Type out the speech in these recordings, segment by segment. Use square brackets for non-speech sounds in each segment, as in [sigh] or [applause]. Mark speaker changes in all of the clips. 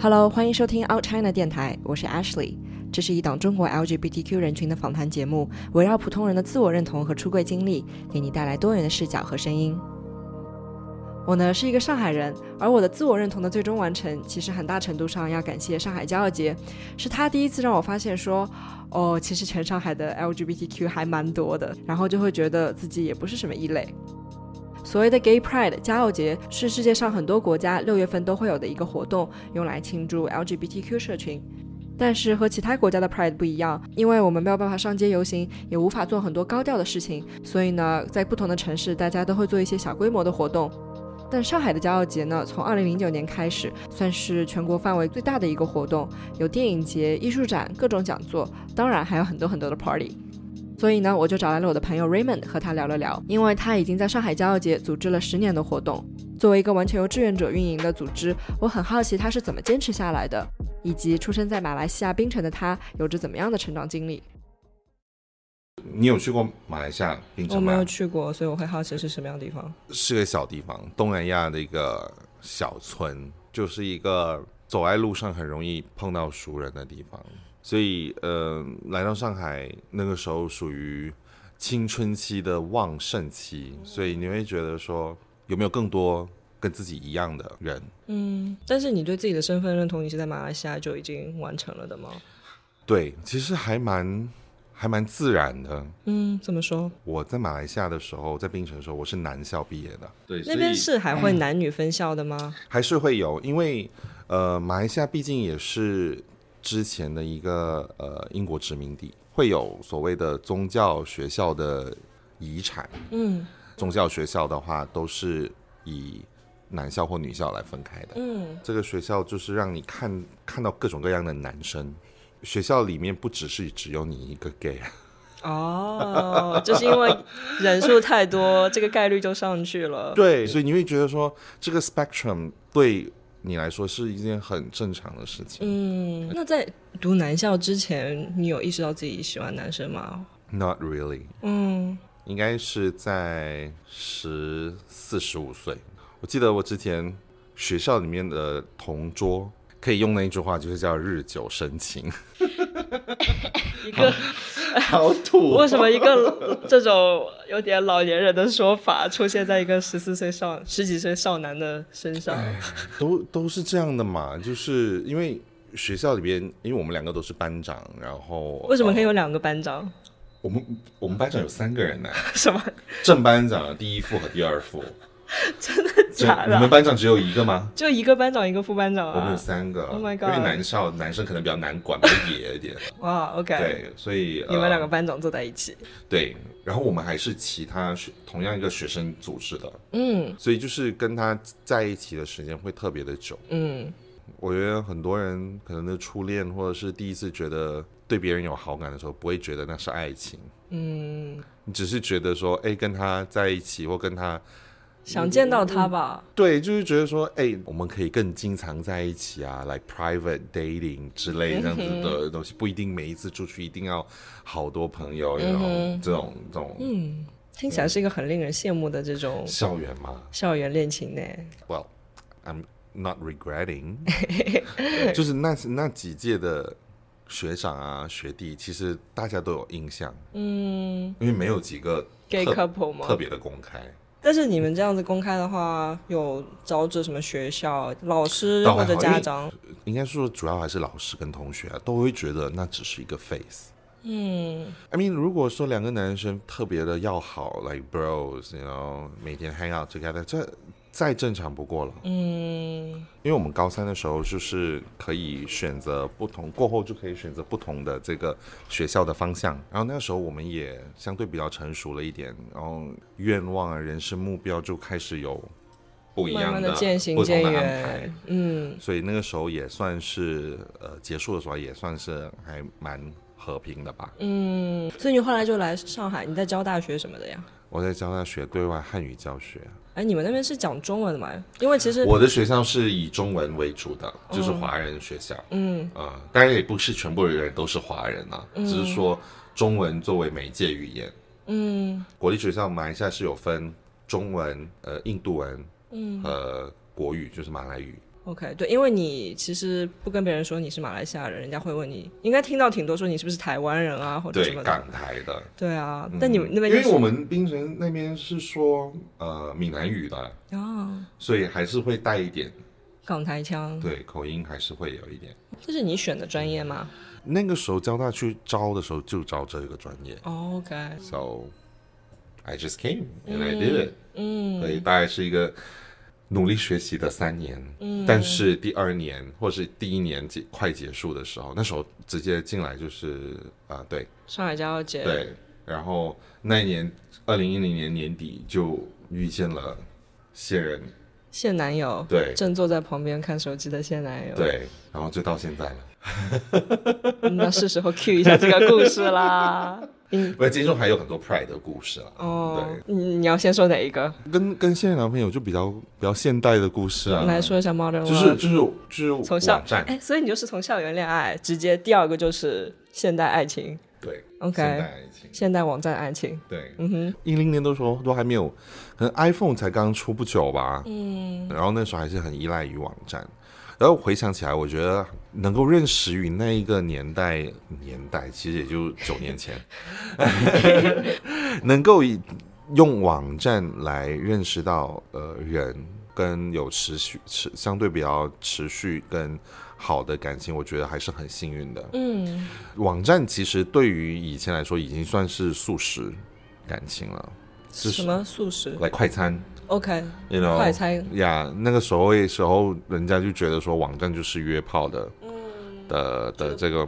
Speaker 1: Hello，欢迎收听 Out China 电台，我是 Ashley。这是一档中国 LGBTQ 人群的访谈节目，围绕普通人的自我认同和出柜经历，给你带来多元的视角和声音。我呢是一个上海人，而我的自我认同的最终完成，其实很大程度上要感谢上海骄傲节，是他第一次让我发现说，哦，其实全上海的 LGBTQ 还蛮多的，然后就会觉得自己也不是什么异类。所谓的 Gay Pride 佳偶节是世界上很多国家六月份都会有的一个活动，用来庆祝 LGBTQ 社群。但是和其他国家的 Pride 不一样，因为我们没有办法上街游行，也无法做很多高调的事情，所以呢，在不同的城市，大家都会做一些小规模的活动。但上海的骄傲节呢，从二零零九年开始，算是全国范围最大的一个活动，有电影节、艺术展、各种讲座，当然还有很多很多的 party。所以呢，我就找来了我的朋友 Raymond 和他聊了聊，因为他已经在上海骄傲节组织了十年的活动。作为一个完全由志愿者运营的组织，我很好奇他是怎么坚持下来的，以及出生在马来西亚槟城的他有着怎么样的成长经历。
Speaker 2: 你有去过马来西亚槟
Speaker 3: 我
Speaker 2: 城
Speaker 3: 没有
Speaker 2: 吗？
Speaker 3: 去过，所以我会好奇是什么样的地方。
Speaker 2: 是个小地方，东南亚的一个小村，就是一个走在路上很容易碰到熟人的地方。所以，呃，来到上海那个时候属于青春期的旺盛期，所以你会觉得说有没有更多跟自己一样的人？
Speaker 3: 嗯，但是你对自己的身份认同，你是在马来西亚就已经完成了的吗？
Speaker 2: 对，其实还蛮还蛮自然的。
Speaker 3: 嗯，怎么说？
Speaker 2: 我在马来西亚的时候，在槟城的时候，我是男校毕业的，对，
Speaker 3: 那边是还会男女分校的吗？
Speaker 2: 还是会有，因为呃，马来西亚毕竟也是之前的一个呃英国殖民地，会有所谓的宗教学校的遗产。
Speaker 3: 嗯
Speaker 2: 宗教学校的话，都是以男校或女校来分开的。
Speaker 3: 嗯
Speaker 2: 这个学校就是让你看看到各种各样的男生。学校里面不只是只有你一个 gay，
Speaker 3: 哦，就是因为人数太多，这个概率就上去 [laughs] 了。
Speaker 2: 对， [laughs] 所以你会觉得说这个 spectrum 对你来说是一件很正常的事情。
Speaker 3: 嗯，那在读男校之前，你有意识到自己喜欢男生吗？
Speaker 2: Not really，
Speaker 3: 嗯
Speaker 2: 应该是在十四十五岁。我记得我之前学校里面的同桌可以用那一句话，就是叫“日久生情”， [laughs]
Speaker 3: 一个
Speaker 2: 好土
Speaker 3: 为什么一个这种有点老年人的说法出现在一个十四岁少十几岁少男的身上？
Speaker 2: 哎都都是这样的嘛，就是因为学校里边，因为我们两个都是班长，然后
Speaker 3: 为什么可以
Speaker 2: 呃
Speaker 3: 有两个班长？ [laughs]
Speaker 2: 我们我们班长有三个人呢、
Speaker 3: 什么
Speaker 2: 正班长第一副和第二副，这
Speaker 3: [laughs] 假的
Speaker 2: 你
Speaker 3: 啊
Speaker 2: 们？班长只有一个吗？
Speaker 3: 就一个班长，一个副班长
Speaker 2: 我们有
Speaker 3: 啊！
Speaker 2: 三个
Speaker 3: Oh my god
Speaker 2: 因为男校男生可能比较难管，比较野一
Speaker 3: [laughs]
Speaker 2: 点，
Speaker 3: 哇，OK，
Speaker 2: 对，所以
Speaker 3: 你们两个
Speaker 2: 呃、
Speaker 3: 班长坐在一起，
Speaker 2: 对，然后我们还是其他学同样一个学生组织的，
Speaker 3: 嗯
Speaker 2: 所以就是跟他在一起的时间会特别的久。
Speaker 3: 嗯
Speaker 2: 我觉得很多人可能的初恋或者是第一次觉得对别人有好感的时候，不会觉得那是爱情，
Speaker 3: 嗯，
Speaker 2: 你只是觉得说，哎，跟他在一起或跟他
Speaker 3: 想见到他吧？
Speaker 2: 对，就是觉得说，哎，我们可以更经常在一起啊，来、private dating 之类这样子
Speaker 3: 嗯
Speaker 2: 的东西，不一定每一次出去一定要好多朋友，然后、这种这种
Speaker 3: 嗯，听起来是一个很令人羡慕的这种
Speaker 2: 校园嘛
Speaker 3: 校园恋情呢。
Speaker 2: ，Well, I'm not regretting，就是那那几届的学长啊学弟，其实大家都有印象，
Speaker 3: 嗯
Speaker 2: 因为没有几个
Speaker 3: ，gay
Speaker 2: 特
Speaker 3: couple 吗？
Speaker 2: 特别的公开，
Speaker 3: 但是你们这样子公开的话，有招致什么学校、老师
Speaker 2: 倒
Speaker 3: 或
Speaker 2: 还
Speaker 3: 者
Speaker 2: 好
Speaker 3: 家长？
Speaker 2: 应该说主要还是老师跟同学、啊、都会觉得那只是一个 face。
Speaker 3: 嗯
Speaker 2: I mean，如果说两个男生特别的要好，like bros，然后每天 hang out together，这再正常不过了。
Speaker 3: 嗯
Speaker 2: 因为我们高三的时候就是可以选择不同，过后就可以选择不同的这个学校的方向。然后那时候我们也相对比较成熟了一点，然后愿望啊、人生目标就开始有不一
Speaker 3: 慢
Speaker 2: 样
Speaker 3: 慢地渐行
Speaker 2: 不同的哦
Speaker 3: 渐
Speaker 2: 安
Speaker 3: 远
Speaker 2: 排。
Speaker 3: 嗯
Speaker 2: 所以那个时候也算是呃结束的时候也算是还蛮和平的吧。
Speaker 3: 嗯，所以你后来就来上海，你在教大学什么的呀？
Speaker 2: 我在交大学对外汉语教学，
Speaker 3: 哎，你们那边是讲中文的吗？因为其实
Speaker 2: 我的学校是以中文为主的，就是华人学校。
Speaker 3: 嗯
Speaker 2: 啊、当然也不是全部人都是华人啊，只是说中文作为媒介语言。
Speaker 3: 嗯
Speaker 2: 国立学校马来西亚是有分中文、呃印度文、
Speaker 3: 嗯
Speaker 2: 呃国语，就是马来语。
Speaker 3: OK，对，因为你其实不跟别人说你是马来西亚人，人家会问你，应该听到挺多说你是不是台湾人啊，或者什
Speaker 2: 对
Speaker 3: 么的。
Speaker 2: 港台的，
Speaker 3: 对啊，但你们那边
Speaker 2: 因
Speaker 3: 就
Speaker 2: 为
Speaker 3: 是
Speaker 2: 我们槟城那边是说呃闽南语的，
Speaker 3: 啊，
Speaker 2: 所以还是会带一点，
Speaker 3: 港台腔，
Speaker 2: 对，口音还是会有一点。
Speaker 3: 这是你选的专业吗、
Speaker 2: 那个时候交大去招的时候就招这个专业
Speaker 3: o k
Speaker 2: ，so I just came and
Speaker 3: Mm.
Speaker 2: I did it，、
Speaker 3: 嗯
Speaker 2: 所以大概是一个努力学习的三年。
Speaker 3: 嗯，
Speaker 2: 但是第二年或是第一年结快结束的时候，那时候直接进来就是啊、对
Speaker 3: 上海交姐，
Speaker 2: 对，然后那一年二零一零年年底就遇见了现任，
Speaker 3: 现男友，
Speaker 2: 对
Speaker 3: 正坐在旁边看手机的现男友，，
Speaker 2: 对，然后就到现在了。
Speaker 3: 那是时候 cue 一下这个故事啦。嗯，
Speaker 2: 不，其中还有很多 pride 的故事了。
Speaker 3: [laughs]
Speaker 2: 啊
Speaker 3: 哦，你你要先说哪一个？
Speaker 2: 对，跟跟现任男朋友就比较比较现代的故事啊，
Speaker 3: 来说一下 modern love，
Speaker 2: 就是就是就是
Speaker 3: 从校
Speaker 2: 网站
Speaker 3: 哎，所以你就是从校园恋爱直接第二个就是现代爱情，
Speaker 2: 对
Speaker 3: OK
Speaker 2: 现代爱情
Speaker 3: 现代网站爱情。
Speaker 2: 对，
Speaker 3: 嗯哼，
Speaker 2: 一零年的时候都还没有，可能 iPhone 才刚出不久吧，
Speaker 3: 嗯，
Speaker 2: 然后那时候还是很依赖于网站。然后回想起来，我觉得能够认识于那一个年代，年代其实也就九
Speaker 3: [laughs]
Speaker 2: 年前，能够以用网站来认识到呃人，跟有持续持相对比较持续跟好的感情，我觉得还是很幸运的。
Speaker 3: 嗯，
Speaker 2: 网站其实对于以前来说，已经算是速食感情了，是
Speaker 3: 什么素食
Speaker 2: 来快餐
Speaker 3: ？OK，
Speaker 2: ，you know，
Speaker 3: 快餐。
Speaker 2: 呀那个时候的时候，人家就觉得说网站就是约炮的
Speaker 3: 嗯，
Speaker 2: 的的这个。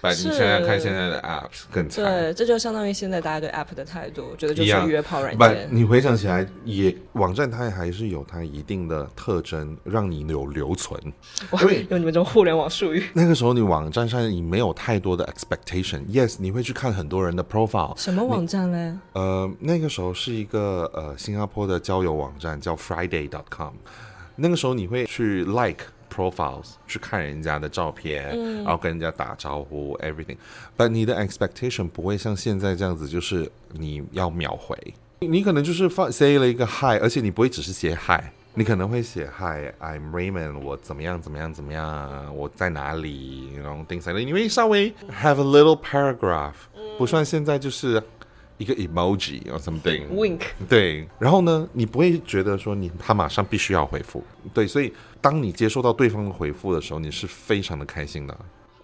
Speaker 2: 把你
Speaker 3: 是
Speaker 2: 现在看现在的 app 更惨，
Speaker 3: 对，这就相当于现在大家对 app 的态度，我觉得就
Speaker 2: 一样
Speaker 3: 是约炮软
Speaker 2: 不
Speaker 3: 件，。
Speaker 2: 你回想起来也网站它还是有它一定的特征，让你有留存。
Speaker 3: 哇
Speaker 2: 因为
Speaker 3: 用你们这种互联网术语，
Speaker 2: 那个时候你网站上你没有太多的 expectation，yes，你会去看很多人的 profile。
Speaker 3: 什么网站嘞？
Speaker 2: 呃，那个时候是一个呃新加坡的交友网站叫 Friday.com，那个时候你会去 like profiles 去看人家的照片，然后跟人家打招呼，everything。但你的 expectation 不会像现在这样子，就是你要秒回，你你可能就是发 say 了一个 hi，而且你不会只是写 hi。你可能会写 Hi，I'm Raymond，我怎么样怎么样怎么样，我在哪里，然后 things like that。你会稍微 have a little paragraph，不算现在就是一个 emoji or something。
Speaker 3: Wink，
Speaker 2: 对，然后呢，你不会觉得说你他马上必须要回复，对，所以当你接收到对方的回复的时候，你是非常的开心的，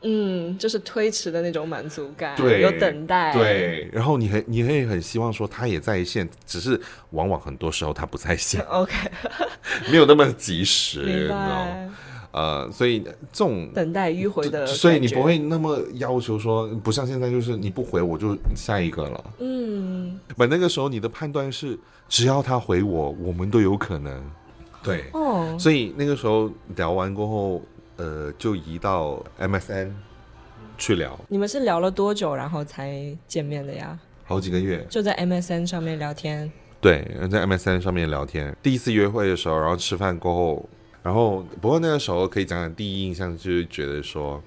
Speaker 3: 嗯，就是推迟的那种满足感，
Speaker 2: 对
Speaker 3: 有等待，，
Speaker 2: 对，然后你很你会很希望说他也在线，只是往往很多时候他不
Speaker 3: [laughs]
Speaker 2: 在线，
Speaker 3: ，OK，
Speaker 2: 没有那么及时，
Speaker 3: 明
Speaker 2: 你知道
Speaker 3: 白，
Speaker 2: 呃，所以这种。
Speaker 3: 等待迂回的，
Speaker 2: 所以你不，会那么要求说，不像现在就是你不回我就下一个了。
Speaker 3: 嗯，
Speaker 2: 本那个时候你的判断是，只要他回我，我们都有可能。对，
Speaker 3: 哦，
Speaker 2: 所以那个时候聊完过后，呃，就移到 MSN 去聊，
Speaker 3: 你们是聊了多久然后才见面的呀？
Speaker 2: 好几个月。
Speaker 3: 就在 MSN 上面聊天，
Speaker 2: 对，在 MSN 上面聊天。第一次约会的时候，然后吃饭过后，然后不过那个时候可以讲讲第一印象，就是觉得说，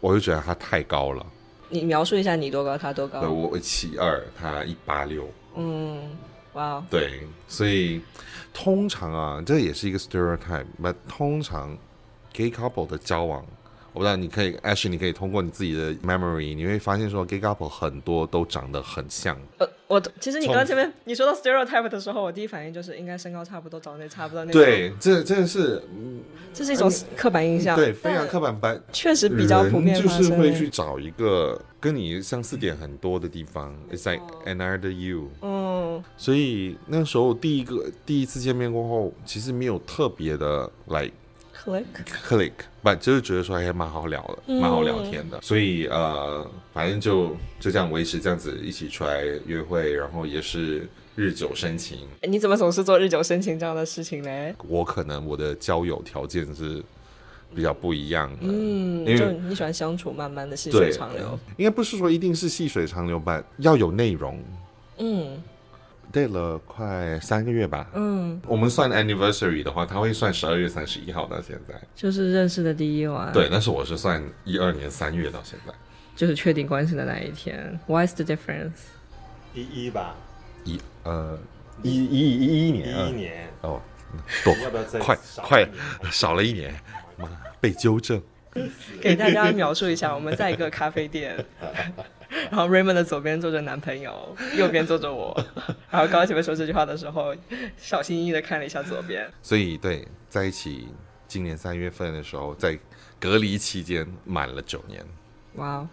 Speaker 2: 我就觉得他太高了，
Speaker 3: 你描述一下你多高，他多
Speaker 2: 对
Speaker 3: 高？
Speaker 2: 我一七二，他一八六。
Speaker 3: 嗯，哇哦，
Speaker 2: 对，所以通常啊，这也是一个 stereotype，那通常 gay couple 的交往，我不知道你可以 a s h 你可以通过你自己的 memory，你会发现说 gay couple 很多都长得很像，
Speaker 3: 我呃我其实你
Speaker 2: 从
Speaker 3: 刚刚前面你说到 stereotype 的时候，我第一反应就是应该身高差不多，长得也差不多那种，，
Speaker 2: 对，这这是
Speaker 3: 这是一种刻板印象，
Speaker 2: 对非常
Speaker 3: 但
Speaker 2: 刻板版。
Speaker 3: 确实比较普遍
Speaker 2: 人就
Speaker 3: 发
Speaker 2: 是
Speaker 3: 生
Speaker 2: 会
Speaker 3: 的
Speaker 2: 去找一个跟你相似点很多的地方，it's like another you。
Speaker 3: 嗯，
Speaker 2: 所以那时候第一个第一次见面过后，其实没有特别的 like
Speaker 3: click，
Speaker 2: click，不就是觉得说还蛮好聊的，
Speaker 3: 嗯
Speaker 2: 蛮好聊天的，所以呃，反正就就这样维持这样子一起出来约会，然后也是日久生情。
Speaker 3: 你怎么总是做日久生情这样的事情嘞？
Speaker 2: 我可能我的交友条件是比较不一样的，
Speaker 3: 嗯，
Speaker 2: 因
Speaker 3: 就
Speaker 2: 为
Speaker 3: 你喜欢相处，慢慢的细
Speaker 2: 对
Speaker 3: 水长流。，
Speaker 2: 应该不是说一定是细水长流吧，要有内容。
Speaker 3: 嗯
Speaker 2: 对了，快三个月吧。
Speaker 3: 嗯，
Speaker 2: 我们算 anniversary 的话，它会算十二月三十一号到现在。
Speaker 3: 就是认识的第一晚，
Speaker 2: 对，，但是我是算一二年三月到现在，
Speaker 3: 就是确定关系的那一天。What's the difference？
Speaker 4: 一一吧，
Speaker 2: 一呃一一一一
Speaker 4: 一
Speaker 2: 年，
Speaker 4: 一年，
Speaker 2: 哦，多
Speaker 4: 要不要再
Speaker 2: 嗯快
Speaker 4: 少
Speaker 2: 快
Speaker 4: 一年
Speaker 2: 少了一年，妈被纠正。
Speaker 3: [laughs] 给大家描述一下，我们在一个咖啡店，
Speaker 2: [laughs]
Speaker 3: 然后 Raymond 的左边坐着男朋友，右边坐着
Speaker 2: [laughs]
Speaker 3: 我。然后刚刚前面说这句话的时候，小心翼翼的看了一下左边，
Speaker 2: 所以对，在一起今年三月份的时候，在隔离期间满了九年。
Speaker 3: 哇、哦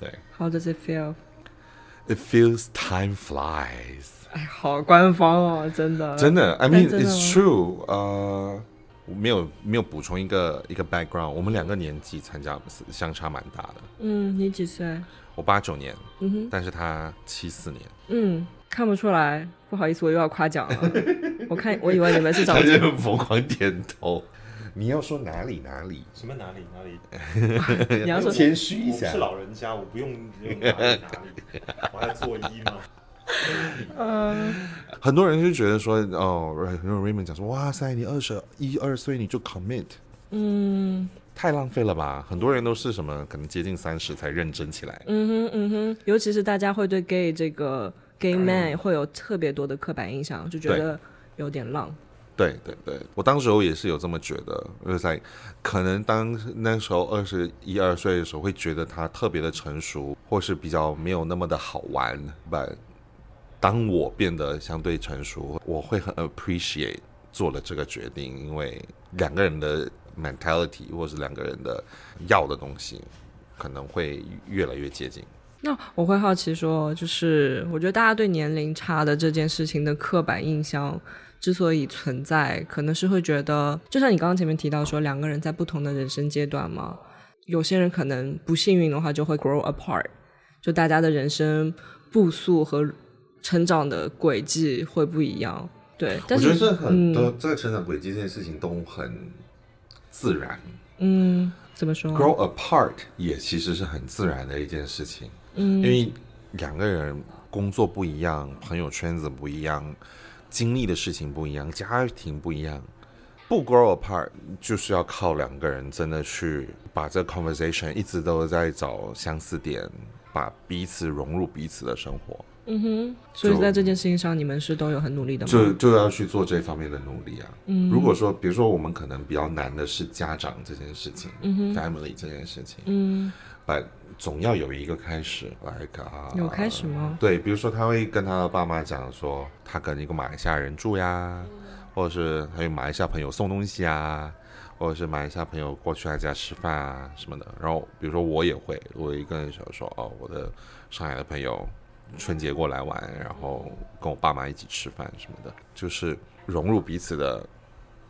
Speaker 2: 对
Speaker 3: How does it feel？
Speaker 2: ，It feels time flies。
Speaker 3: 哎，好官方哦，真的，
Speaker 2: 真的，I
Speaker 3: 但
Speaker 2: mean
Speaker 3: 真的
Speaker 2: it's true。呃，我没有没有补充一个一个 background，我们两个年纪参加相差蛮大的。
Speaker 3: 嗯，你几岁？
Speaker 2: 我八九年，
Speaker 3: 嗯哼，
Speaker 2: 但是他七四年。
Speaker 3: 嗯，看不出来，不好意思，我又要夸奖
Speaker 2: [laughs]
Speaker 3: 了。我看，我以为你们是长
Speaker 2: 就疯狂点头。你要说哪里哪里？
Speaker 4: 什么哪里哪里？
Speaker 3: 你要说
Speaker 2: 谦虚一
Speaker 4: 我不
Speaker 2: 下
Speaker 4: 是。老人家，我不用不用哪里哪里，我还要做揖吗？
Speaker 2: 很多人就觉得说，哦，很多人 Raymond 讲说，哇塞，你二十一二岁你就 commit，
Speaker 3: 嗯
Speaker 2: 太浪费了吧？很多人都是什么，可能接近三十才认真起来。
Speaker 3: 嗯哼嗯哼，尤其是大家会对 gay 这个 gay man 会有特别多的刻板印象，就觉
Speaker 2: 对
Speaker 3: 得有点浪。
Speaker 2: 对对对，我当时候也是有这么觉得，就是在可能当那时候二十一二岁的时候，会觉得他特别的成熟，或是比较没有那么的好玩。但当我变得相对成熟，我会很 appreciate 做了这个决定，因为两个人的 mentality 或是两个人的要的东西，可能会越来越接近。
Speaker 3: 那我会好奇说，就是我觉得大家对年龄差的这件事情的刻板印象之所以存在，可能是会觉得，就像你刚刚前面提到说，两个人在不同的人生阶段嘛，有些人可能不幸运的话就会 grow apart，就大家的人生步速和成长的轨迹会不一样。对，但
Speaker 2: 我
Speaker 3: 是
Speaker 2: 觉得这很多、这个成长轨迹这件事情都很自然。
Speaker 3: 嗯，怎么说
Speaker 2: grow apart 也其实是很自然的一件事情，
Speaker 3: 嗯
Speaker 2: 因为两个人工作不一样，朋友圈子不一样，经历的事情不一样，家庭不一样。不 grow apart 就是要靠两个人真的去把这 conversation 一直都在找相似点，把彼此融入彼此的生活，
Speaker 3: 嗯哼，所以
Speaker 2: 就
Speaker 3: 在这件事情上，你们是都有很努力的吗？
Speaker 2: 就就要去做这方面的努力啊。嗯，如果说比如说我们可能比较难的是家长这件事情、f a m i l y 这件事情，
Speaker 3: 嗯，
Speaker 2: 但总要有一个开始，like 啊、
Speaker 3: 有开始吗？
Speaker 2: 对，比如说他会跟他的爸妈讲说，他跟一个马来西亚人住呀，
Speaker 3: 嗯
Speaker 2: 或者是还有马来西亚朋友送东西啊，或者是马来西亚朋友过去他家吃饭啊什么的。然后比如说我也会，我一个人想说，哦，我的上海的朋友春节过来玩，然后跟我爸妈一起吃饭什么的，就是融入彼此的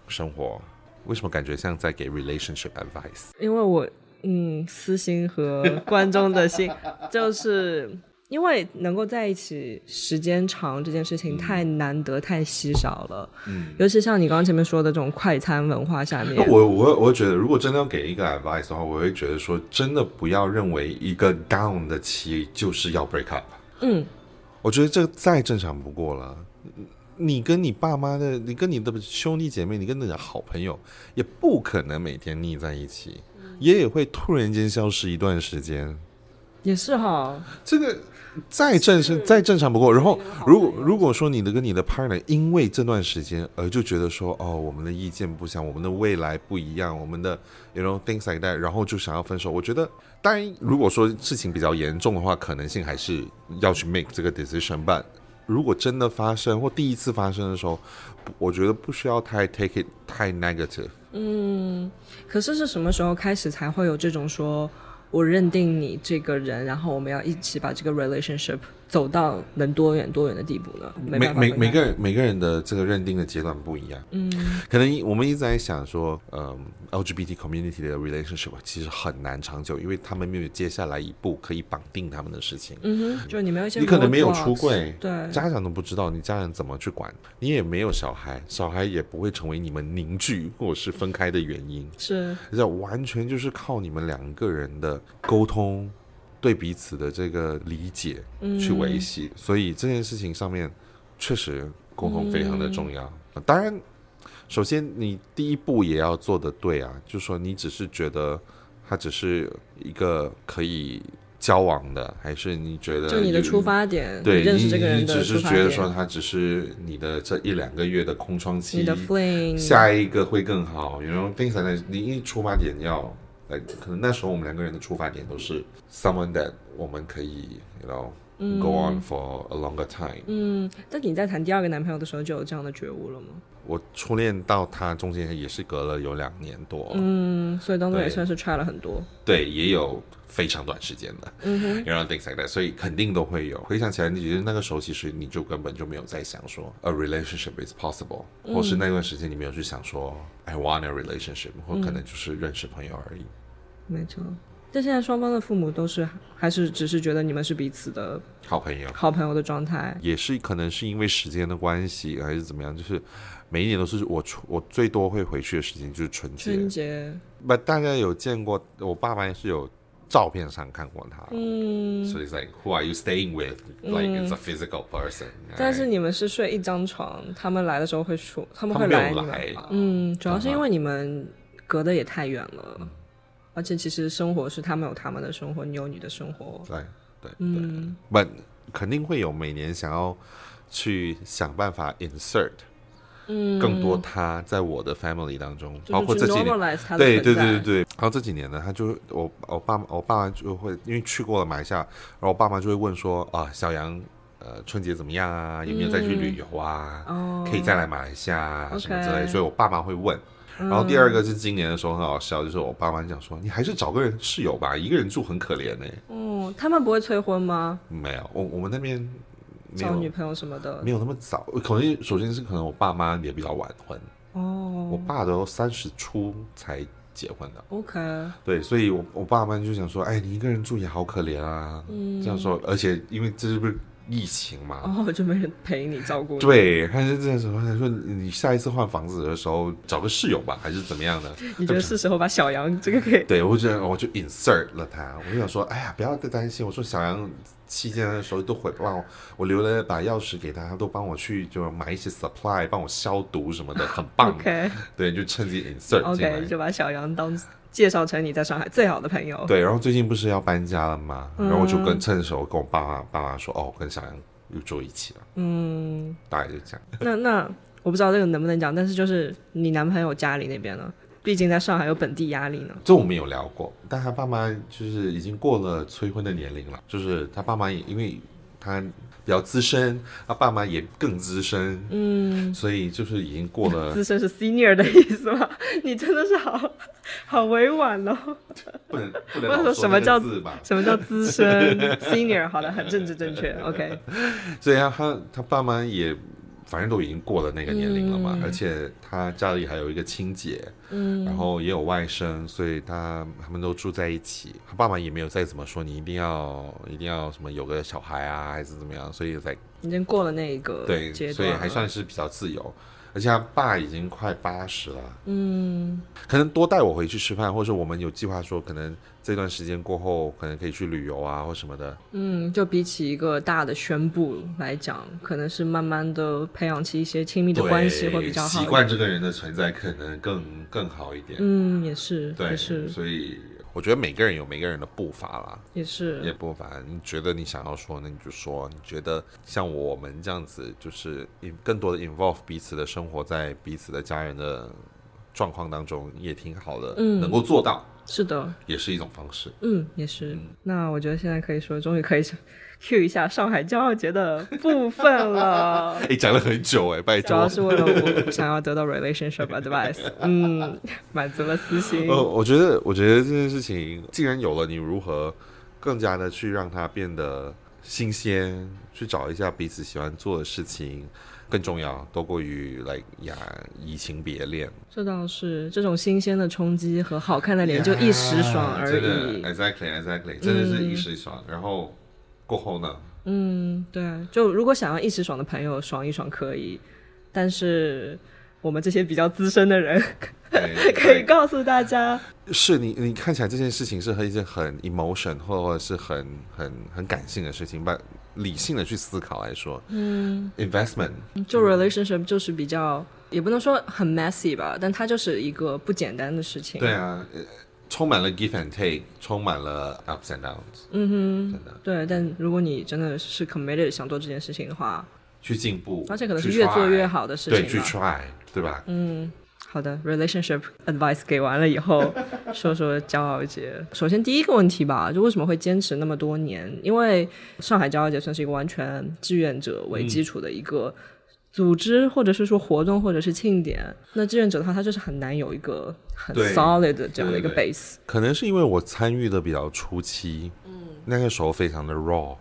Speaker 2: 生活。为什么感觉像在给 relationship advice？
Speaker 3: 因为我嗯，私心和观众的心， [laughs] 就是因为能够在一起时间长这件事情太难得、太稀少了。嗯，尤其像你刚刚前面说的这种快餐文化下面
Speaker 2: 那，我我我觉得，如果真的要给一个 advice 的话，我会觉得说，真的不要认为一个 down 的期就是要 break up。
Speaker 3: 嗯，
Speaker 2: 我觉得这再正常不过了。你跟你爸妈的，你跟你的兄弟姐妹，你跟你的好朋友，也不可能每天腻在一起，
Speaker 3: 嗯
Speaker 2: 也也会突然间消失一段时间。
Speaker 3: 也是哈，
Speaker 2: 这个再正是再正常不过。然后，如果如果说你的跟你的 partner 因为这段时间而就觉得说，哦，我们的意见不相，我们的未来不一样，我们的 you know things like that，然后就想要分手，我觉得，当然，如果说事情比较严重的话，可能性还是要去 make 这个 decision。但如果真的发生或第一次发生的时候，不我觉得不需要太 take it 太 negative。
Speaker 3: 嗯，可是是什么时候开始才会有这种说？我认定你这个人，然后我们要一起把这个 relationship 走到能多远多远的地步呢？没
Speaker 2: 每
Speaker 3: 办法
Speaker 2: 每
Speaker 3: 分
Speaker 2: 每
Speaker 3: 开
Speaker 2: 个人每个人的这个认定的阶段不一样，嗯，可能我们一直在想说，嗯，LGBT community 的 relationship 其实很难长久，因为他们没有接下来一步可以绑定他们的事情。
Speaker 3: 嗯哼，就你没有一些
Speaker 2: 你可能没有
Speaker 3: roadblocks
Speaker 2: 出柜，
Speaker 3: 对，
Speaker 2: 家长都不知道，你家长怎么去管？你也没有小孩，小孩也不会成为你们凝聚或者是分开的原因。
Speaker 3: 是
Speaker 2: 这完全就是靠你们两个人的沟通，对彼此的这个理解
Speaker 3: 嗯
Speaker 2: 去维系。所以这件事情上面，确实沟通非常的重
Speaker 3: 嗯
Speaker 2: 要。呃当然，首先你第一步也要做得对啊，就说你只是觉得它只是一个可以交往的，还是你觉得
Speaker 3: 就你的
Speaker 2: 有
Speaker 3: 出发点，
Speaker 2: 对
Speaker 3: 你认识这个人
Speaker 2: 你，你
Speaker 3: 的
Speaker 2: 只
Speaker 3: 出
Speaker 2: 是
Speaker 3: 发
Speaker 2: 觉
Speaker 3: 点
Speaker 2: 得，说他只是你的这一两个月的空窗期，
Speaker 3: 你的 fling，
Speaker 2: 下一个会更好。You know things like that. 你一出发点要，呃，可能那时候我们两个人的出发点都是 someone that 我们可以，you know、go on for a longer time。
Speaker 3: 嗯，但你在谈第二个男朋友的时候就有这样的觉悟了吗？
Speaker 2: 我初恋到他中间也是隔了有两年多，
Speaker 3: 嗯，所以当中也
Speaker 2: 对
Speaker 3: 算是 try 了很多。
Speaker 2: 对，也有非常短时间的，
Speaker 3: 嗯哼，
Speaker 2: you know things like that，所以肯定都会有。回想起来，你觉得那个时候其实你就根本就没有在想说 a relationship is possible，、或
Speaker 3: 嗯
Speaker 2: 是那段时间你没有去想说 I want a relationship，或可
Speaker 3: 嗯
Speaker 2: 能就是认识朋友而已。
Speaker 3: 没错。但现在双方的父母都是还是只是觉得你们是彼此的
Speaker 2: 好朋友
Speaker 3: 好朋友的状态。
Speaker 2: 也是可能是因为时间的关系还是怎么样，就是每一年都是我出我最多会回去的时间就是春节。
Speaker 3: 春节，
Speaker 2: 不，大家有见过我爸爸是有照片上看过他。
Speaker 3: 嗯，
Speaker 2: So it's like, who are you staying with? Like it's a physical person.
Speaker 3: 但是
Speaker 2: right?
Speaker 3: 你们是睡一张床，他们来的时候会说，他们
Speaker 2: 他
Speaker 3: 会
Speaker 2: 没有
Speaker 3: 你们
Speaker 2: 来
Speaker 3: 嗯，主要是因为你们隔得也太远
Speaker 2: 嗯
Speaker 3: 了，而且其实生活是他们有他们的生活，你有你的生活。嗯
Speaker 2: 对对对，不、肯定会有每年想要去想办法 insert
Speaker 3: 嗯，
Speaker 2: 更多他在我的 family 当中，
Speaker 3: 就
Speaker 2: 包
Speaker 3: 是
Speaker 2: 括
Speaker 3: 去
Speaker 2: 这几年。
Speaker 3: normalize 它的
Speaker 2: 对对
Speaker 3: 存在
Speaker 2: 对对对，然后这几年呢，他就我我爸我爸妈就会因为去过了马来西亚，然后我爸妈就会问说啊，小杨，呃，春节怎么样啊？有没有再去旅游啊？
Speaker 3: 嗯哦，
Speaker 2: 可以再来马来西亚啊、什么之类
Speaker 3: OK 嗯
Speaker 2: 所以我爸妈会问。然后第二个是今年的时候很好笑，就是我爸妈讲说，你还是找个人室友吧，一个人住很可怜呢、欸
Speaker 3: 哦，他们不会催婚吗？
Speaker 2: 没有，我我们那边没
Speaker 3: 找女
Speaker 2: 有
Speaker 3: 朋友什么的
Speaker 2: 没？有那么早，可能首先是可能我爸妈也比较晚婚，
Speaker 3: 哦
Speaker 2: 我爸都三十出才结婚的，
Speaker 3: ，OK，
Speaker 2: 对，所以我我爸妈就想说，哎，你一个人住也好可怜啊，
Speaker 3: 嗯
Speaker 2: 这样说，而且因为这是不是疫情嘛，
Speaker 3: 哦，就没人陪你照顾你。
Speaker 2: 对，他是这样说，他说你下一次换房子的时候找个室友吧，还是怎么样的？
Speaker 3: 你觉得是时候把小杨这个给
Speaker 2: 对，我觉得我就 insert 了他，我就想说，哎呀，不要再担心。我说小杨期间的时候都会帮我，我留了把钥匙给他，他都帮我去就买一些 supply 帮我消毒什么的，很棒。
Speaker 3: [laughs] OK
Speaker 2: 对，就趁机 insert 进来。
Speaker 3: OK，就把小杨当介绍成你在上海最好的朋友。
Speaker 2: 对，然后最近不是要搬家了吗？
Speaker 3: 嗯
Speaker 2: 然后我就跟趁手跟我爸妈爸妈说，哦，我跟小杨又住一起了，
Speaker 3: 嗯，
Speaker 2: 大概就这样。
Speaker 3: [laughs] 那那我不知道这个能不能讲，但是就是你男朋友家里那边呢，毕竟在上海有本地压力呢。
Speaker 2: 这我们有聊过，但他爸妈就是已经过了催婚的年龄了，就是他爸妈也因为他比较资深，他爸妈也更资深， [laughs]
Speaker 3: 嗯，
Speaker 2: 所以就是已经
Speaker 3: [laughs]
Speaker 2: 过了
Speaker 3: 自身是 senior 的意思吗？ [laughs] 你真的是好好委婉哦。 [laughs]
Speaker 2: 不能不
Speaker 3: 我
Speaker 2: 能
Speaker 3: 想
Speaker 2: 老
Speaker 3: 说什么
Speaker 2: 那个
Speaker 3: 叫
Speaker 2: 字吧？
Speaker 3: 什么叫资
Speaker 2: [laughs]
Speaker 3: 深 senior？好的，很政治正确。OK，
Speaker 2: 所以他他他爸妈也反正都已经过了那个年龄了嘛，
Speaker 3: 嗯
Speaker 2: 而且他家里还有一个亲姐，
Speaker 3: 嗯，
Speaker 2: 然后也有外甥，所以他他们都住在一起。他爸妈也没有再怎么说你一定要一定要什么有个小孩啊，还是怎么样，所以才
Speaker 3: 已经过了那一个
Speaker 2: 对，
Speaker 3: 呃阶段了，啊
Speaker 2: 所以还算是比较自由。而且他爸已经快八十了，
Speaker 3: 嗯
Speaker 2: 可能多带我回去吃饭，或者我们有计划说，可能这段时间过后，可能可以去旅游啊，或什么的。
Speaker 3: 嗯，就比起一个大的宣布来讲，可能是慢慢的培养起一些亲密的
Speaker 2: 对，
Speaker 3: 关系会比较好。
Speaker 2: 习惯这个人的存在，可能更更好一点。
Speaker 3: 嗯，也是，
Speaker 2: 对，
Speaker 3: 也是，
Speaker 2: 所以我觉得每个人有每个人的步伐啦，
Speaker 3: 也
Speaker 2: 也
Speaker 3: 是，
Speaker 2: 步伐。你觉得你想要说，那你就说；你觉得像我们这样子，就是也更多的 involve 彼此的生活在彼此的家人的状况当中，也挺好的。
Speaker 3: 嗯
Speaker 2: 能够做到
Speaker 3: 是的，
Speaker 2: 也是一种方式。。
Speaker 3: 嗯，也是。那我觉得现在可以说，终于可以 [laughs] cue 一下上海骄傲节的部分了
Speaker 2: [laughs] 哎，讲了很久哎，拜
Speaker 3: 主
Speaker 2: 托
Speaker 3: 要。是为了我想要得到 relationship advice，嗯，满足了私心。
Speaker 2: 呃，我觉得，我觉得这件事情既然有了，你如何更加的去让它变得新鲜，去找一下彼此喜欢做的事情，更重要，多过于来呀移情别恋。
Speaker 3: [laughs] 这倒是，这种新鲜的冲击和好看的脸就一时
Speaker 2: [laughs]
Speaker 3: 爽而已。
Speaker 2: 啊真的，exactly 哎 exactly，真的是一时爽。然后过后呢，
Speaker 3: 嗯，对，就如果想要一时爽的朋友，爽一爽可以，但是我们这些比较资深的人，[laughs]
Speaker 2: 对
Speaker 3: 可以告诉大家，
Speaker 2: 是你你看起来这件事情是很一件很 emotion 或或者是很很很感性的事情，把理性的去思考来说
Speaker 3: 嗯，
Speaker 2: ，investment
Speaker 3: 就
Speaker 2: 嗯
Speaker 3: relationship 就是比较，也不能说很 messy 吧，但它就是一个不简单的事情。
Speaker 2: 对，啊，呃充满了 give and take，充满了 ups and downs，
Speaker 3: 嗯
Speaker 2: 真的
Speaker 3: 哼，对。但如果你真的是 committed 想做这件事情的话，
Speaker 2: 去进步，
Speaker 3: 而且可能是
Speaker 2: 去
Speaker 3: 越做
Speaker 2: try，
Speaker 3: 越好的事情
Speaker 2: 对，去
Speaker 3: 吧
Speaker 2: try，对吧？
Speaker 3: 嗯，好的，relationship advice 给完了以后，说说骄傲节。首先第一个问题吧，就为什么会坚持那么多年？因为上海骄傲节算是一个完全志愿者为
Speaker 2: 嗯
Speaker 3: 基础的一个组织，或者是说活动，或者是庆典。那志愿者的话，他就是很难有一个很
Speaker 2: 对
Speaker 3: solid 的这样的一个
Speaker 2: 对对
Speaker 3: base。
Speaker 2: 可能是因为我参与的比较初期，嗯，那个时候非常的 raw，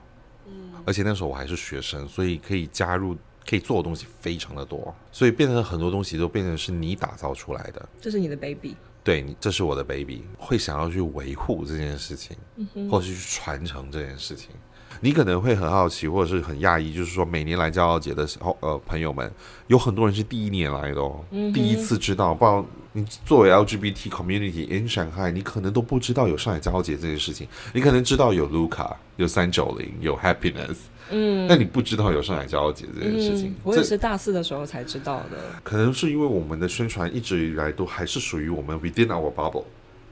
Speaker 2: 嗯，而且那时候我还是学生，所以可以加入可以做的东西非常的多，所以变成很多东西都变成是你打造出来的。
Speaker 3: 这是你的 baby，
Speaker 2: 对你，这是我的 baby，会想要去维护这件事情，
Speaker 3: 嗯
Speaker 2: 或者是去传承这件事情。你可能会很好奇，或者是很讶异，就是说每年来骄傲节的时候，呃，朋友们有很多人是第一年来的哦，
Speaker 3: 嗯
Speaker 2: 第一次知道。不然你作为 LGBT community in 上海，你可能都不知道有上海骄傲节这件事情。你可能知道有 Luca，有三九零，有 Happiness，嗯，但你不知道有上海骄傲节这件事情。
Speaker 3: 嗯我
Speaker 2: 这
Speaker 3: 也是大四的时候才知道的。
Speaker 2: 可能是因为我们的宣传一直以来都还是属于我们 within our bubble。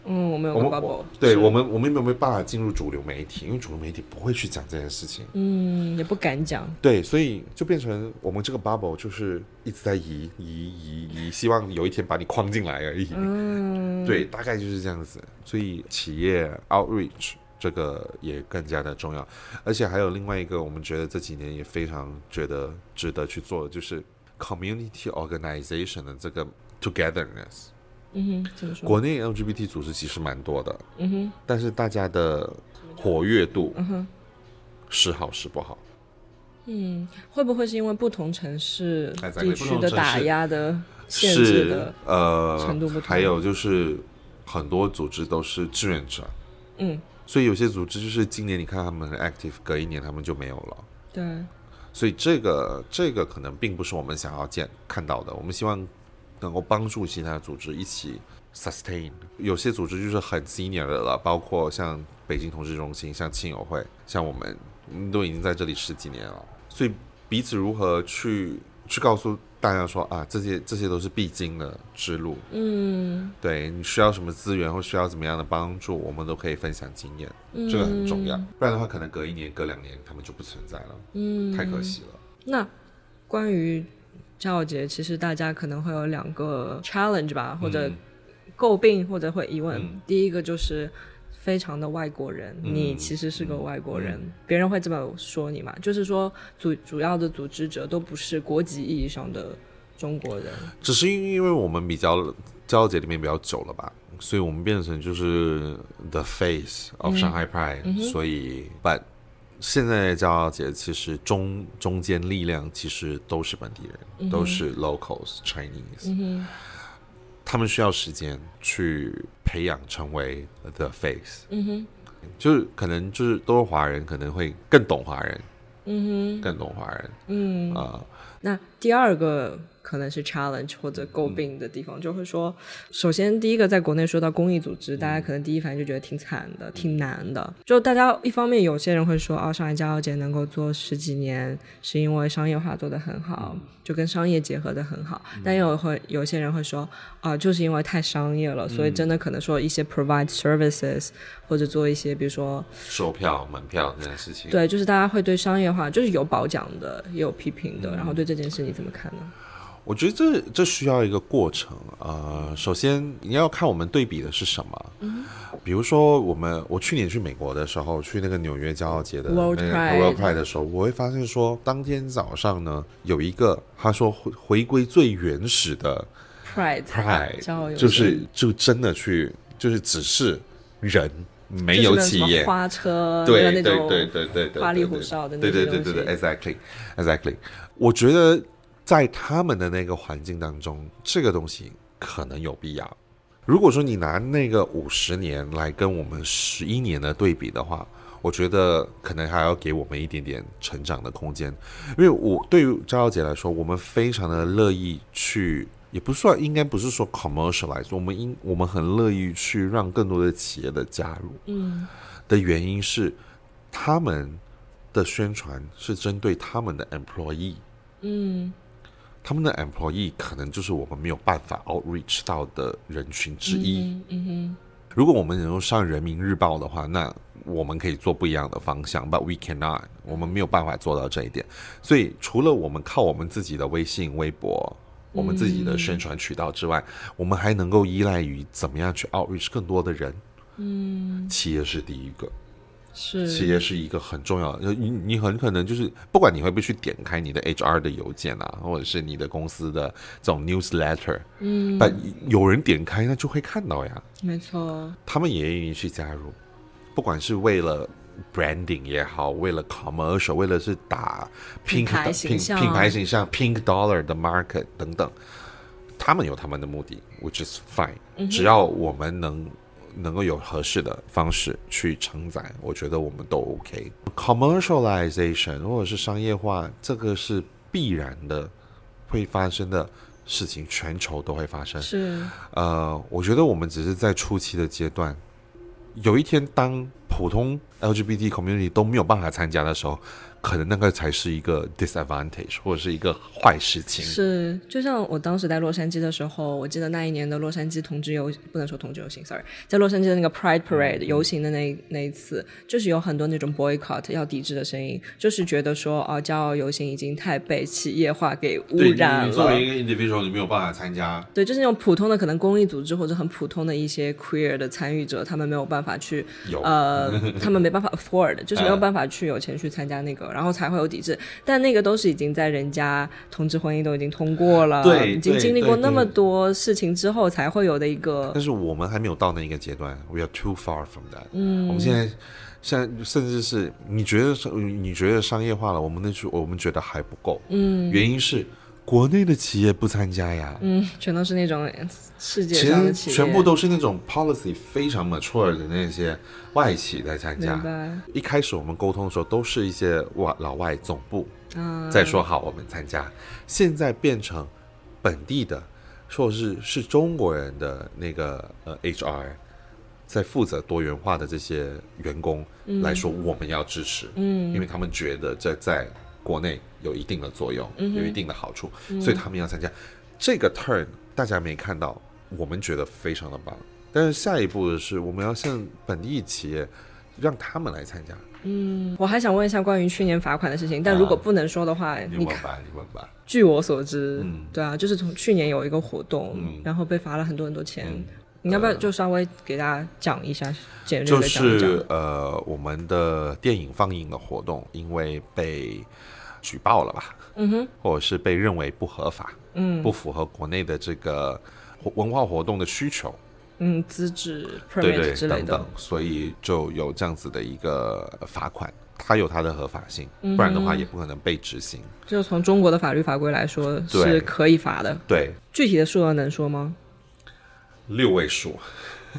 Speaker 3: 嗯，我们有
Speaker 2: 我
Speaker 3: 个
Speaker 2: 们
Speaker 3: bubble，
Speaker 2: 我对
Speaker 3: 是
Speaker 2: 我们我们没有办法进入主流媒体，因为主流媒体不会去讲这件事情。
Speaker 3: 嗯也不敢讲，
Speaker 2: 对，所以就变成我们这个 bubble 就是一直在移移移移，希望有一天把你框进来而已。
Speaker 3: 嗯，
Speaker 2: [laughs] 对，大概就是这样子。所以企业 outreach 这个也更加的重要，而且还有另外一个，我们觉得这几年也非常觉得值得去做的，就是 community organization 的这个 togetherness。
Speaker 3: 嗯哼，怎么说？
Speaker 2: 国内 LGBT 组织其实蛮多的，
Speaker 3: 嗯哼，
Speaker 2: 但是大家的活跃度
Speaker 3: 嗯哼。
Speaker 2: 时好时不好。
Speaker 3: 嗯，会不会是因为不同城市、
Speaker 2: Exactly，
Speaker 3: 地
Speaker 2: 哎不
Speaker 3: 区
Speaker 2: 同
Speaker 3: 的
Speaker 2: 城
Speaker 3: 打
Speaker 2: 市
Speaker 3: 压的限制
Speaker 2: 是
Speaker 3: 的？
Speaker 2: 呃
Speaker 3: 程度不，同
Speaker 2: 还有就是很多组织都是志愿者，
Speaker 3: 嗯，
Speaker 2: 所以有些组织就是今年你看他们很 active，隔一年他们就没有了。
Speaker 3: 对，
Speaker 2: 所以这个这个可能并不是我们想要见看到的，我们希望能够帮助其他组织一起 sustain。有些组织就是很 senior 的了，包括像北京同志中心、像亲友会、像我们嗯都已经在这里十几年了，所以彼此如何去去告诉大家说啊，这些这些都是必经的之路，
Speaker 3: 嗯
Speaker 2: 对你需要什么资源或需要怎么样的帮助，我们都可以分享经验，
Speaker 3: 嗯，
Speaker 2: 这个很重要。不然的话，可能隔一年、隔两年他们就不存在了，
Speaker 3: 嗯，
Speaker 2: 太可。惜了。
Speaker 3: 那关于骄傲节，其实大家可能会有两个 challenge 吧，或者
Speaker 2: 嗯
Speaker 3: 诟病，或者会疑问。
Speaker 2: 嗯
Speaker 3: 第一个就是。非常的外国人，
Speaker 2: 嗯
Speaker 3: 你其实是个外国人，
Speaker 2: 嗯
Speaker 3: 别人会这么说你嘛？就是说主主要的组织者都不是国籍意义上的中国人，
Speaker 2: 只是因因为我们比较骄傲节里面比较久了吧，所以我们变成就是 the face
Speaker 3: 嗯
Speaker 2: of Shanghai Pride，、所以 but 现在的骄傲节其实中中间力量其实都是本地人，都是 locals Chinese，、
Speaker 3: 嗯
Speaker 2: 他们需要时间去培养成为 the face，
Speaker 3: 哼，嗯哼，
Speaker 2: 就是可能就是都是华人，可能会更懂华人，
Speaker 3: 嗯哼，
Speaker 2: 更懂华人
Speaker 3: 嗯
Speaker 2: 啊。
Speaker 3: 那第二个可能是 challenge 或者诟病的地方，就会说，首先第一个在国内说到公益组织，大家可能第一反应就觉得挺惨的、挺难的。就大家一方面有些人会说，啊，上海骄傲节能够做十几年，是因为商业化做得很好，就跟商业结合得很好。但也有会有些人会说，啊，就是因为太商业了，所以真的可能说一些 provide services 或者做一些，比如说
Speaker 2: 售票、门票这件事情，
Speaker 3: 对，就是大家会对商业化，就是有褒奖的，也有批评的。然后对这件事你怎么看呢？
Speaker 2: 我觉得这这需要一个过程。呃，首先你要看我们对比的是什么。
Speaker 3: 嗯
Speaker 2: 比如说，我们我去年去美国的时候，去那个纽约骄傲节的
Speaker 3: World
Speaker 2: 那个
Speaker 3: Pride
Speaker 2: World Pride 的时候，我会发现说，当天早上呢，有一个他说回回归最原始
Speaker 3: 哦
Speaker 2: 的
Speaker 3: Pride，骄傲
Speaker 2: Pride，
Speaker 3: 游
Speaker 2: 就是
Speaker 3: 行
Speaker 2: 就真的去就是只是人，
Speaker 3: 就
Speaker 2: 没
Speaker 3: 是
Speaker 2: 有
Speaker 3: 那
Speaker 2: 企
Speaker 3: 种什么
Speaker 2: 业，
Speaker 3: 花车，
Speaker 2: 对
Speaker 3: 那
Speaker 2: 对
Speaker 3: 种
Speaker 2: 对对对对，
Speaker 3: 花里胡
Speaker 2: 对
Speaker 3: 哨的那
Speaker 2: 对对
Speaker 3: 些
Speaker 2: 对
Speaker 3: 东
Speaker 2: 对
Speaker 3: 西
Speaker 2: 对，exactly exactly。我觉得在他们的那个环境当中，这个东西可能有必要。如果说你拿那个五十年来跟我们十一年的对比的话，我觉得可能还要给我们一点点成长的空间，因为我对于张小姐来说，我们非常的乐意去，也不算应该不是说 commercialize，我们应我们很乐意去让更多的企业的加入，
Speaker 3: 嗯
Speaker 2: 的原因是，他们的宣传是针对他们的 employee，
Speaker 3: 嗯
Speaker 2: 他们的 employee 可能就是我们没有办法 outreach 到的人群之一。
Speaker 3: 嗯嗯嗯
Speaker 2: 如果我们能够上人民日报的话，那我们可以做不一样的方向，but we cannot，我们没有办法做到这一点。所以除了我们靠我们自己的微信、微博。我们自己的宣传渠道之外，我们还能够依赖于怎么样去 outreach 更多的人。嗯，企业是第一个，
Speaker 3: 是
Speaker 2: 企业是一个很重要的，你你很可能就是不管你会不会去点开你的 HR 的邮件啊，或者是你的公司的这种 newsletter，嗯，但有人点开那就会看到呀，
Speaker 3: 没错，
Speaker 2: 他们也愿意去加入，不管是为了 branding 也好，为了 commercial，为了是打 pink
Speaker 3: 品牌
Speaker 2: do-
Speaker 3: 形象
Speaker 2: 品品牌形象 pink dollar 的 market 等等，他们有他们的目的，which is fine、只
Speaker 3: 嗯
Speaker 2: 要我们能能够有合适的方式去承载，我觉得我们都 OK。commercialization 或者是商业化，这个是必然的会发生的事情，全球都会发生。
Speaker 3: 是
Speaker 2: 呃，我觉得我们只是在初期的阶段。有一天，当普通 LGBT community 都没有办法参加的时候，可能那个才是一个 disadvantage 或者是一个坏事情。
Speaker 3: 是，就像我当时在洛杉矶的时候，我记得那一年的洛杉矶同志游，不能说同志游行，sorry，在洛杉矶的那个 Pride Parade
Speaker 2: 嗯
Speaker 3: 游行的那那一次，就是有很多那种 boycott 要抵制的声音，就是觉得说啊，骄傲游行已经太被企业化给污染了。
Speaker 2: 个 individual，你没有办法参加。
Speaker 3: 对，就是那种普通的可能公益组织或者很普通的一些 queer 的参与者，他们没有办法去
Speaker 2: 有
Speaker 3: 呃，他们没办法 afford，就是没有
Speaker 2: 嗯
Speaker 3: 办法去有钱去参加那个，然后才会有抵制。但那个都是已经在人家同志婚姻都已经通过了，
Speaker 2: 对
Speaker 3: 已经
Speaker 2: 对
Speaker 3: 经历
Speaker 2: 对嗯
Speaker 3: 过那
Speaker 2: 对
Speaker 3: 么多事情之后才会有的一个
Speaker 2: 但是我们还没有到那一个阶段，we are too far from that。嗯，我们现在现在甚至是你觉得是你觉得商业化了，我们那时候我们觉得还不够。嗯，原因是国内的企业不参加呀。
Speaker 3: 嗯，全都是那种世界
Speaker 2: 其
Speaker 3: 上的
Speaker 2: 实
Speaker 3: 企业，
Speaker 2: 全部都是那种 policy 非常 mature 的那些外企在参
Speaker 3: 明
Speaker 2: 加。
Speaker 3: 白。
Speaker 2: 一开始我们沟通的时候，都是一些外老外总部
Speaker 3: 嗯，
Speaker 2: 在说好我们参加，现在变成本地的，说是是中国人的那个呃 HR 在负责多元化的这些员工
Speaker 3: 嗯
Speaker 2: 来说，我们要支持，嗯，因为他们觉得这在国内有一定的作用，
Speaker 3: 嗯
Speaker 2: 有一定的好处，所以他们要参加。这个 turn 大家没看到，我们觉得非常的棒。但是下一步的是，我们要向本地企业让他们来参加。
Speaker 3: 我还想问一下关于去年罚款的事情，但如果不能说的话，哎你看，
Speaker 2: 吧，啊你问吧。
Speaker 3: 据我所知，
Speaker 2: 嗯
Speaker 3: 对啊，就是从去年有一个活动，
Speaker 2: 嗯
Speaker 3: 然后被罚了很多很多钱。
Speaker 2: 嗯
Speaker 3: 你要不要就稍微给大家讲一下，简略
Speaker 2: 就
Speaker 3: 的讲一讲？
Speaker 2: 是呃，我们的电影放映的活动，因为被举报了吧，
Speaker 3: 嗯哼，
Speaker 2: 或者是被认为不合法，
Speaker 3: 嗯
Speaker 2: 不符合国内的这个活文化活动的需求，
Speaker 3: 嗯，资质、
Speaker 2: 对
Speaker 3: permit
Speaker 2: 对
Speaker 3: 之类
Speaker 2: 等
Speaker 3: 的，
Speaker 2: 等，所以就有这样子的一个罚款，它有它的合法性，
Speaker 3: 嗯
Speaker 2: 不然的话也不可能被执行。
Speaker 3: 就从中国的法律法规来说是
Speaker 2: 对
Speaker 3: 可以罚的。
Speaker 2: 对，
Speaker 3: 具体的数额能说
Speaker 2: [laughs]
Speaker 3: 吗？
Speaker 2: 六位数，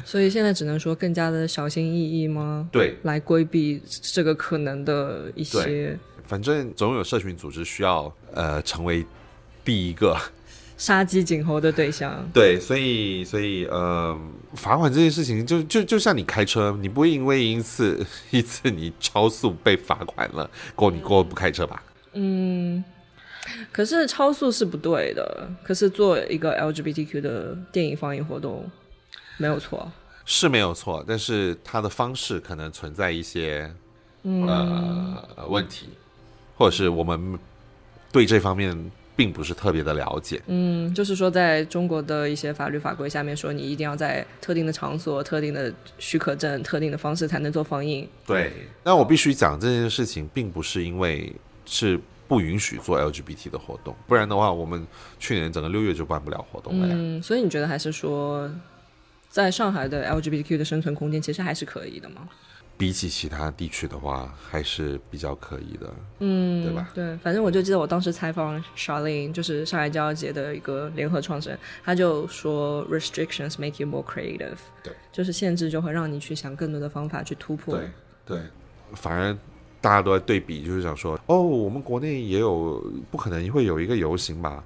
Speaker 3: 所以现在只能说更加的小心翼翼吗？
Speaker 2: 对，
Speaker 3: 来规避这个可能的一些
Speaker 2: 反正总有社群组织需要呃成为第一个。
Speaker 3: 杀鸡儆猴的对象。
Speaker 2: 对，所以所以呃，罚款这件事情就，就就像你开车，你不会因为一次一次你超速被罚款了，过你过不开车吧？
Speaker 3: 可是超速是不对的，可是做一个 LGBTQ 的电影放映活动没有错。
Speaker 2: 是没有错，但是它的方式可能存在一些、呃问题，或者是我们对这方面并不是特别的了解。
Speaker 3: 嗯，就是说，在中国的一些法律法规下面说，你一定要在特定的场所、特定的许可证、特定的方式才能做放映。
Speaker 2: 对，那我必须讲这件事情，并不是因为是不允许做 LGBT 的活动，不然的话，我们去年整个六月就办不了活动了呀。
Speaker 3: 嗯，所以你觉得还是说，在上海的 LGBTQ 的生存空间其实还是可以的吗？
Speaker 2: 比起其他地区的话，还是比较可以的，嗯，对吧？
Speaker 3: 对，反正我就记得我当时采访 Charlene，就是上海交节的一个联合创始人，他就说 restrictions make you more creative，
Speaker 2: 对，
Speaker 3: 就是限制就会让你去想更多的方法去突破。
Speaker 2: 对，反而大家都在对比，就是想说，哦，我们国内也有，不可能会有一个游行吧？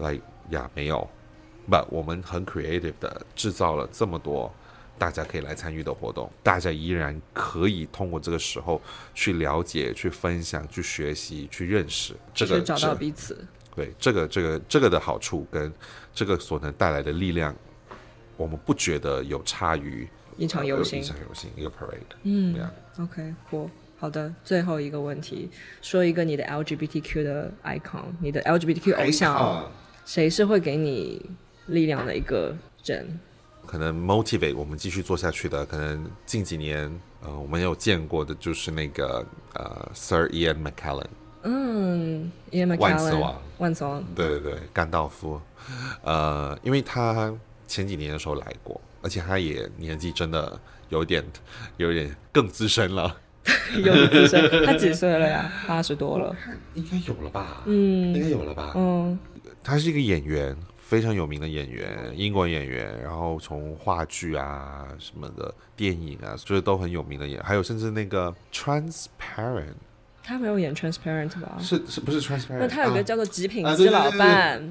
Speaker 2: 来呀，没有，不，我们很 creative 的制造了这么多大家可以来参与的活动，大家依然可以通过这个时候去了解、去分享、去学习、去认识这个
Speaker 3: 去找
Speaker 2: 这
Speaker 3: 到彼此。
Speaker 2: 对这个这个这个的好处跟这个所能带来的力量，我们不觉得有差于呃
Speaker 3: 一场游行
Speaker 2: 一。场游行，一个 parade。
Speaker 3: 嗯
Speaker 2: Yeah
Speaker 3: ，OK，我好的，最后一个问题，说一个你的 LGBTQ 的 icon，你的 LGBTQ
Speaker 2: 哎
Speaker 3: 偶像，
Speaker 2: 啊
Speaker 3: 谁是会给你力量的一个人？
Speaker 2: 可能 motivate 我们继续做下去的，可能近几年呃我们有见过的就是那个呃 Sir Ian McKellen，
Speaker 3: 嗯，Ian McKellen，
Speaker 2: 万磁王，
Speaker 3: 万磁王， [laughs]
Speaker 2: 对对对，甘道夫，呃，因为他前几年的时候来过，而且他也年纪真的有点有点更资深了，
Speaker 3: 又一资深，他几岁了呀？八十多
Speaker 2: [laughs]
Speaker 3: 了。
Speaker 2: 应该有了吧？
Speaker 3: 嗯
Speaker 2: 应该有了吧？
Speaker 3: 嗯
Speaker 2: 他是一个演员，非常有名的演员，英国演员，然后从话剧啊什么的、电影啊，就是都很有名的演，还有甚至那个 Transparent，
Speaker 3: 他没有演 Transparent 吧？
Speaker 2: 是是不是 Transparent？
Speaker 3: 哦那他有个叫
Speaker 2: 啊、
Speaker 3: 做《极品
Speaker 2: 啊对
Speaker 3: 基
Speaker 2: 对对
Speaker 3: 老
Speaker 2: 对
Speaker 3: 伴》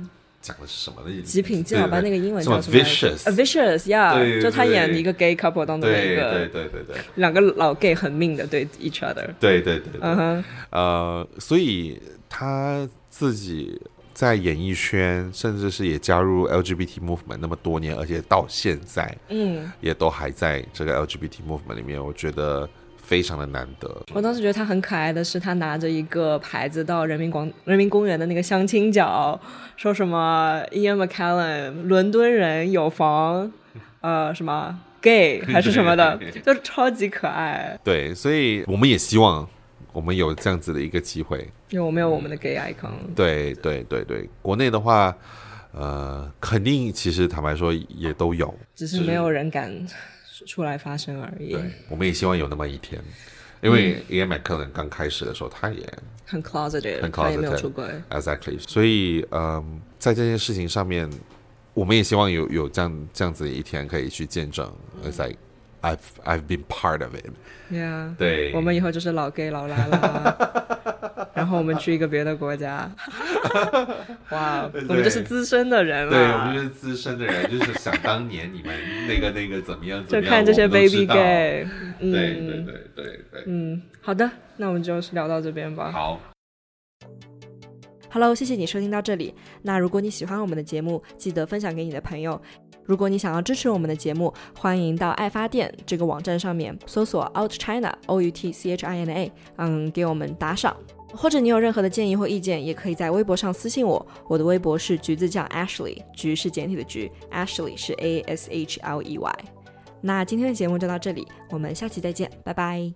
Speaker 2: 讲的是什么的？
Speaker 3: 极品基老
Speaker 2: 对
Speaker 3: 伴那
Speaker 2: 对
Speaker 3: 个英文
Speaker 2: 什么
Speaker 3: 叫什么来着
Speaker 2: Vicious
Speaker 3: 啊？Vicious 呀
Speaker 2: 对对，
Speaker 3: 就他演
Speaker 2: 对
Speaker 3: 一个 gay couple 当中的一
Speaker 2: 对对
Speaker 3: 个
Speaker 2: 对对对对
Speaker 3: 两个老 gay 很命的对 each other。
Speaker 2: 对对对对
Speaker 3: 嗯哼，
Speaker 2: 呃，所以他自己在演艺圈，甚至是也加入 LGBT movement 那么多年，而且到现在
Speaker 3: 嗯，
Speaker 2: 也都还在这个 LGBT movement 里面，我觉得非常的难得。
Speaker 3: 我当时觉得他很可爱的是，他拿着一个牌子到人民广人民公园的那个相亲角，说什么 Ian McKellen 伦敦人有房，呃，什么 gay 还是什么的，就超级可爱。
Speaker 2: 对，所以我们也希望我们有这样子的一个机会。
Speaker 3: 有没有我们的
Speaker 2: 嗯
Speaker 3: gay icon？
Speaker 2: 对对对对，国内的话，呃，肯定其实坦白说也都有。
Speaker 3: 只是没有人敢出来发声而已。
Speaker 2: 对，我们也希嗯望有那么一天，因为 a m 克 n 刚开始的时候，他也
Speaker 3: 很 closeted，
Speaker 2: 很
Speaker 3: 他也没有
Speaker 2: closeted
Speaker 3: 出轨。
Speaker 2: Exactly，所以嗯，在这件事情上面，我们也希望有有这样这样子的一天可以去见证。It's like I've I've been part of it。
Speaker 3: Yeah，
Speaker 2: 对
Speaker 3: 我们以后就是老 gay 老拉拉，
Speaker 2: [laughs]
Speaker 3: 然后我们去一个别的国家。哇，我们就是资深的人
Speaker 2: 对我
Speaker 3: 了
Speaker 2: 们就。是资深的人，就是想当年你们那个那个怎么样怎
Speaker 3: 就
Speaker 2: 么样，
Speaker 3: 看这些
Speaker 2: 我们都
Speaker 3: baby
Speaker 2: 知道
Speaker 3: gay，
Speaker 2: 对
Speaker 3: 嗯，
Speaker 2: 对对对对，
Speaker 3: 嗯，好的，那我们就是聊到这边吧。
Speaker 2: 好，
Speaker 1: Hello，谢谢你收听到这里。那如果你喜欢我们的节目，记得分享给你的朋友。如果你想要支持我们的节目，欢迎到爱发电这个网站上面搜索 Out China O U T C H I N A，嗯，给我们打赏。或者你有任何的建议或意见，也可以在微博上私信我。我的微博是橘子酱 Ashley，橘是简体的橘，Ashley 是 A S H L E Y。那今天的节目就到这里，我们下期再见，拜拜。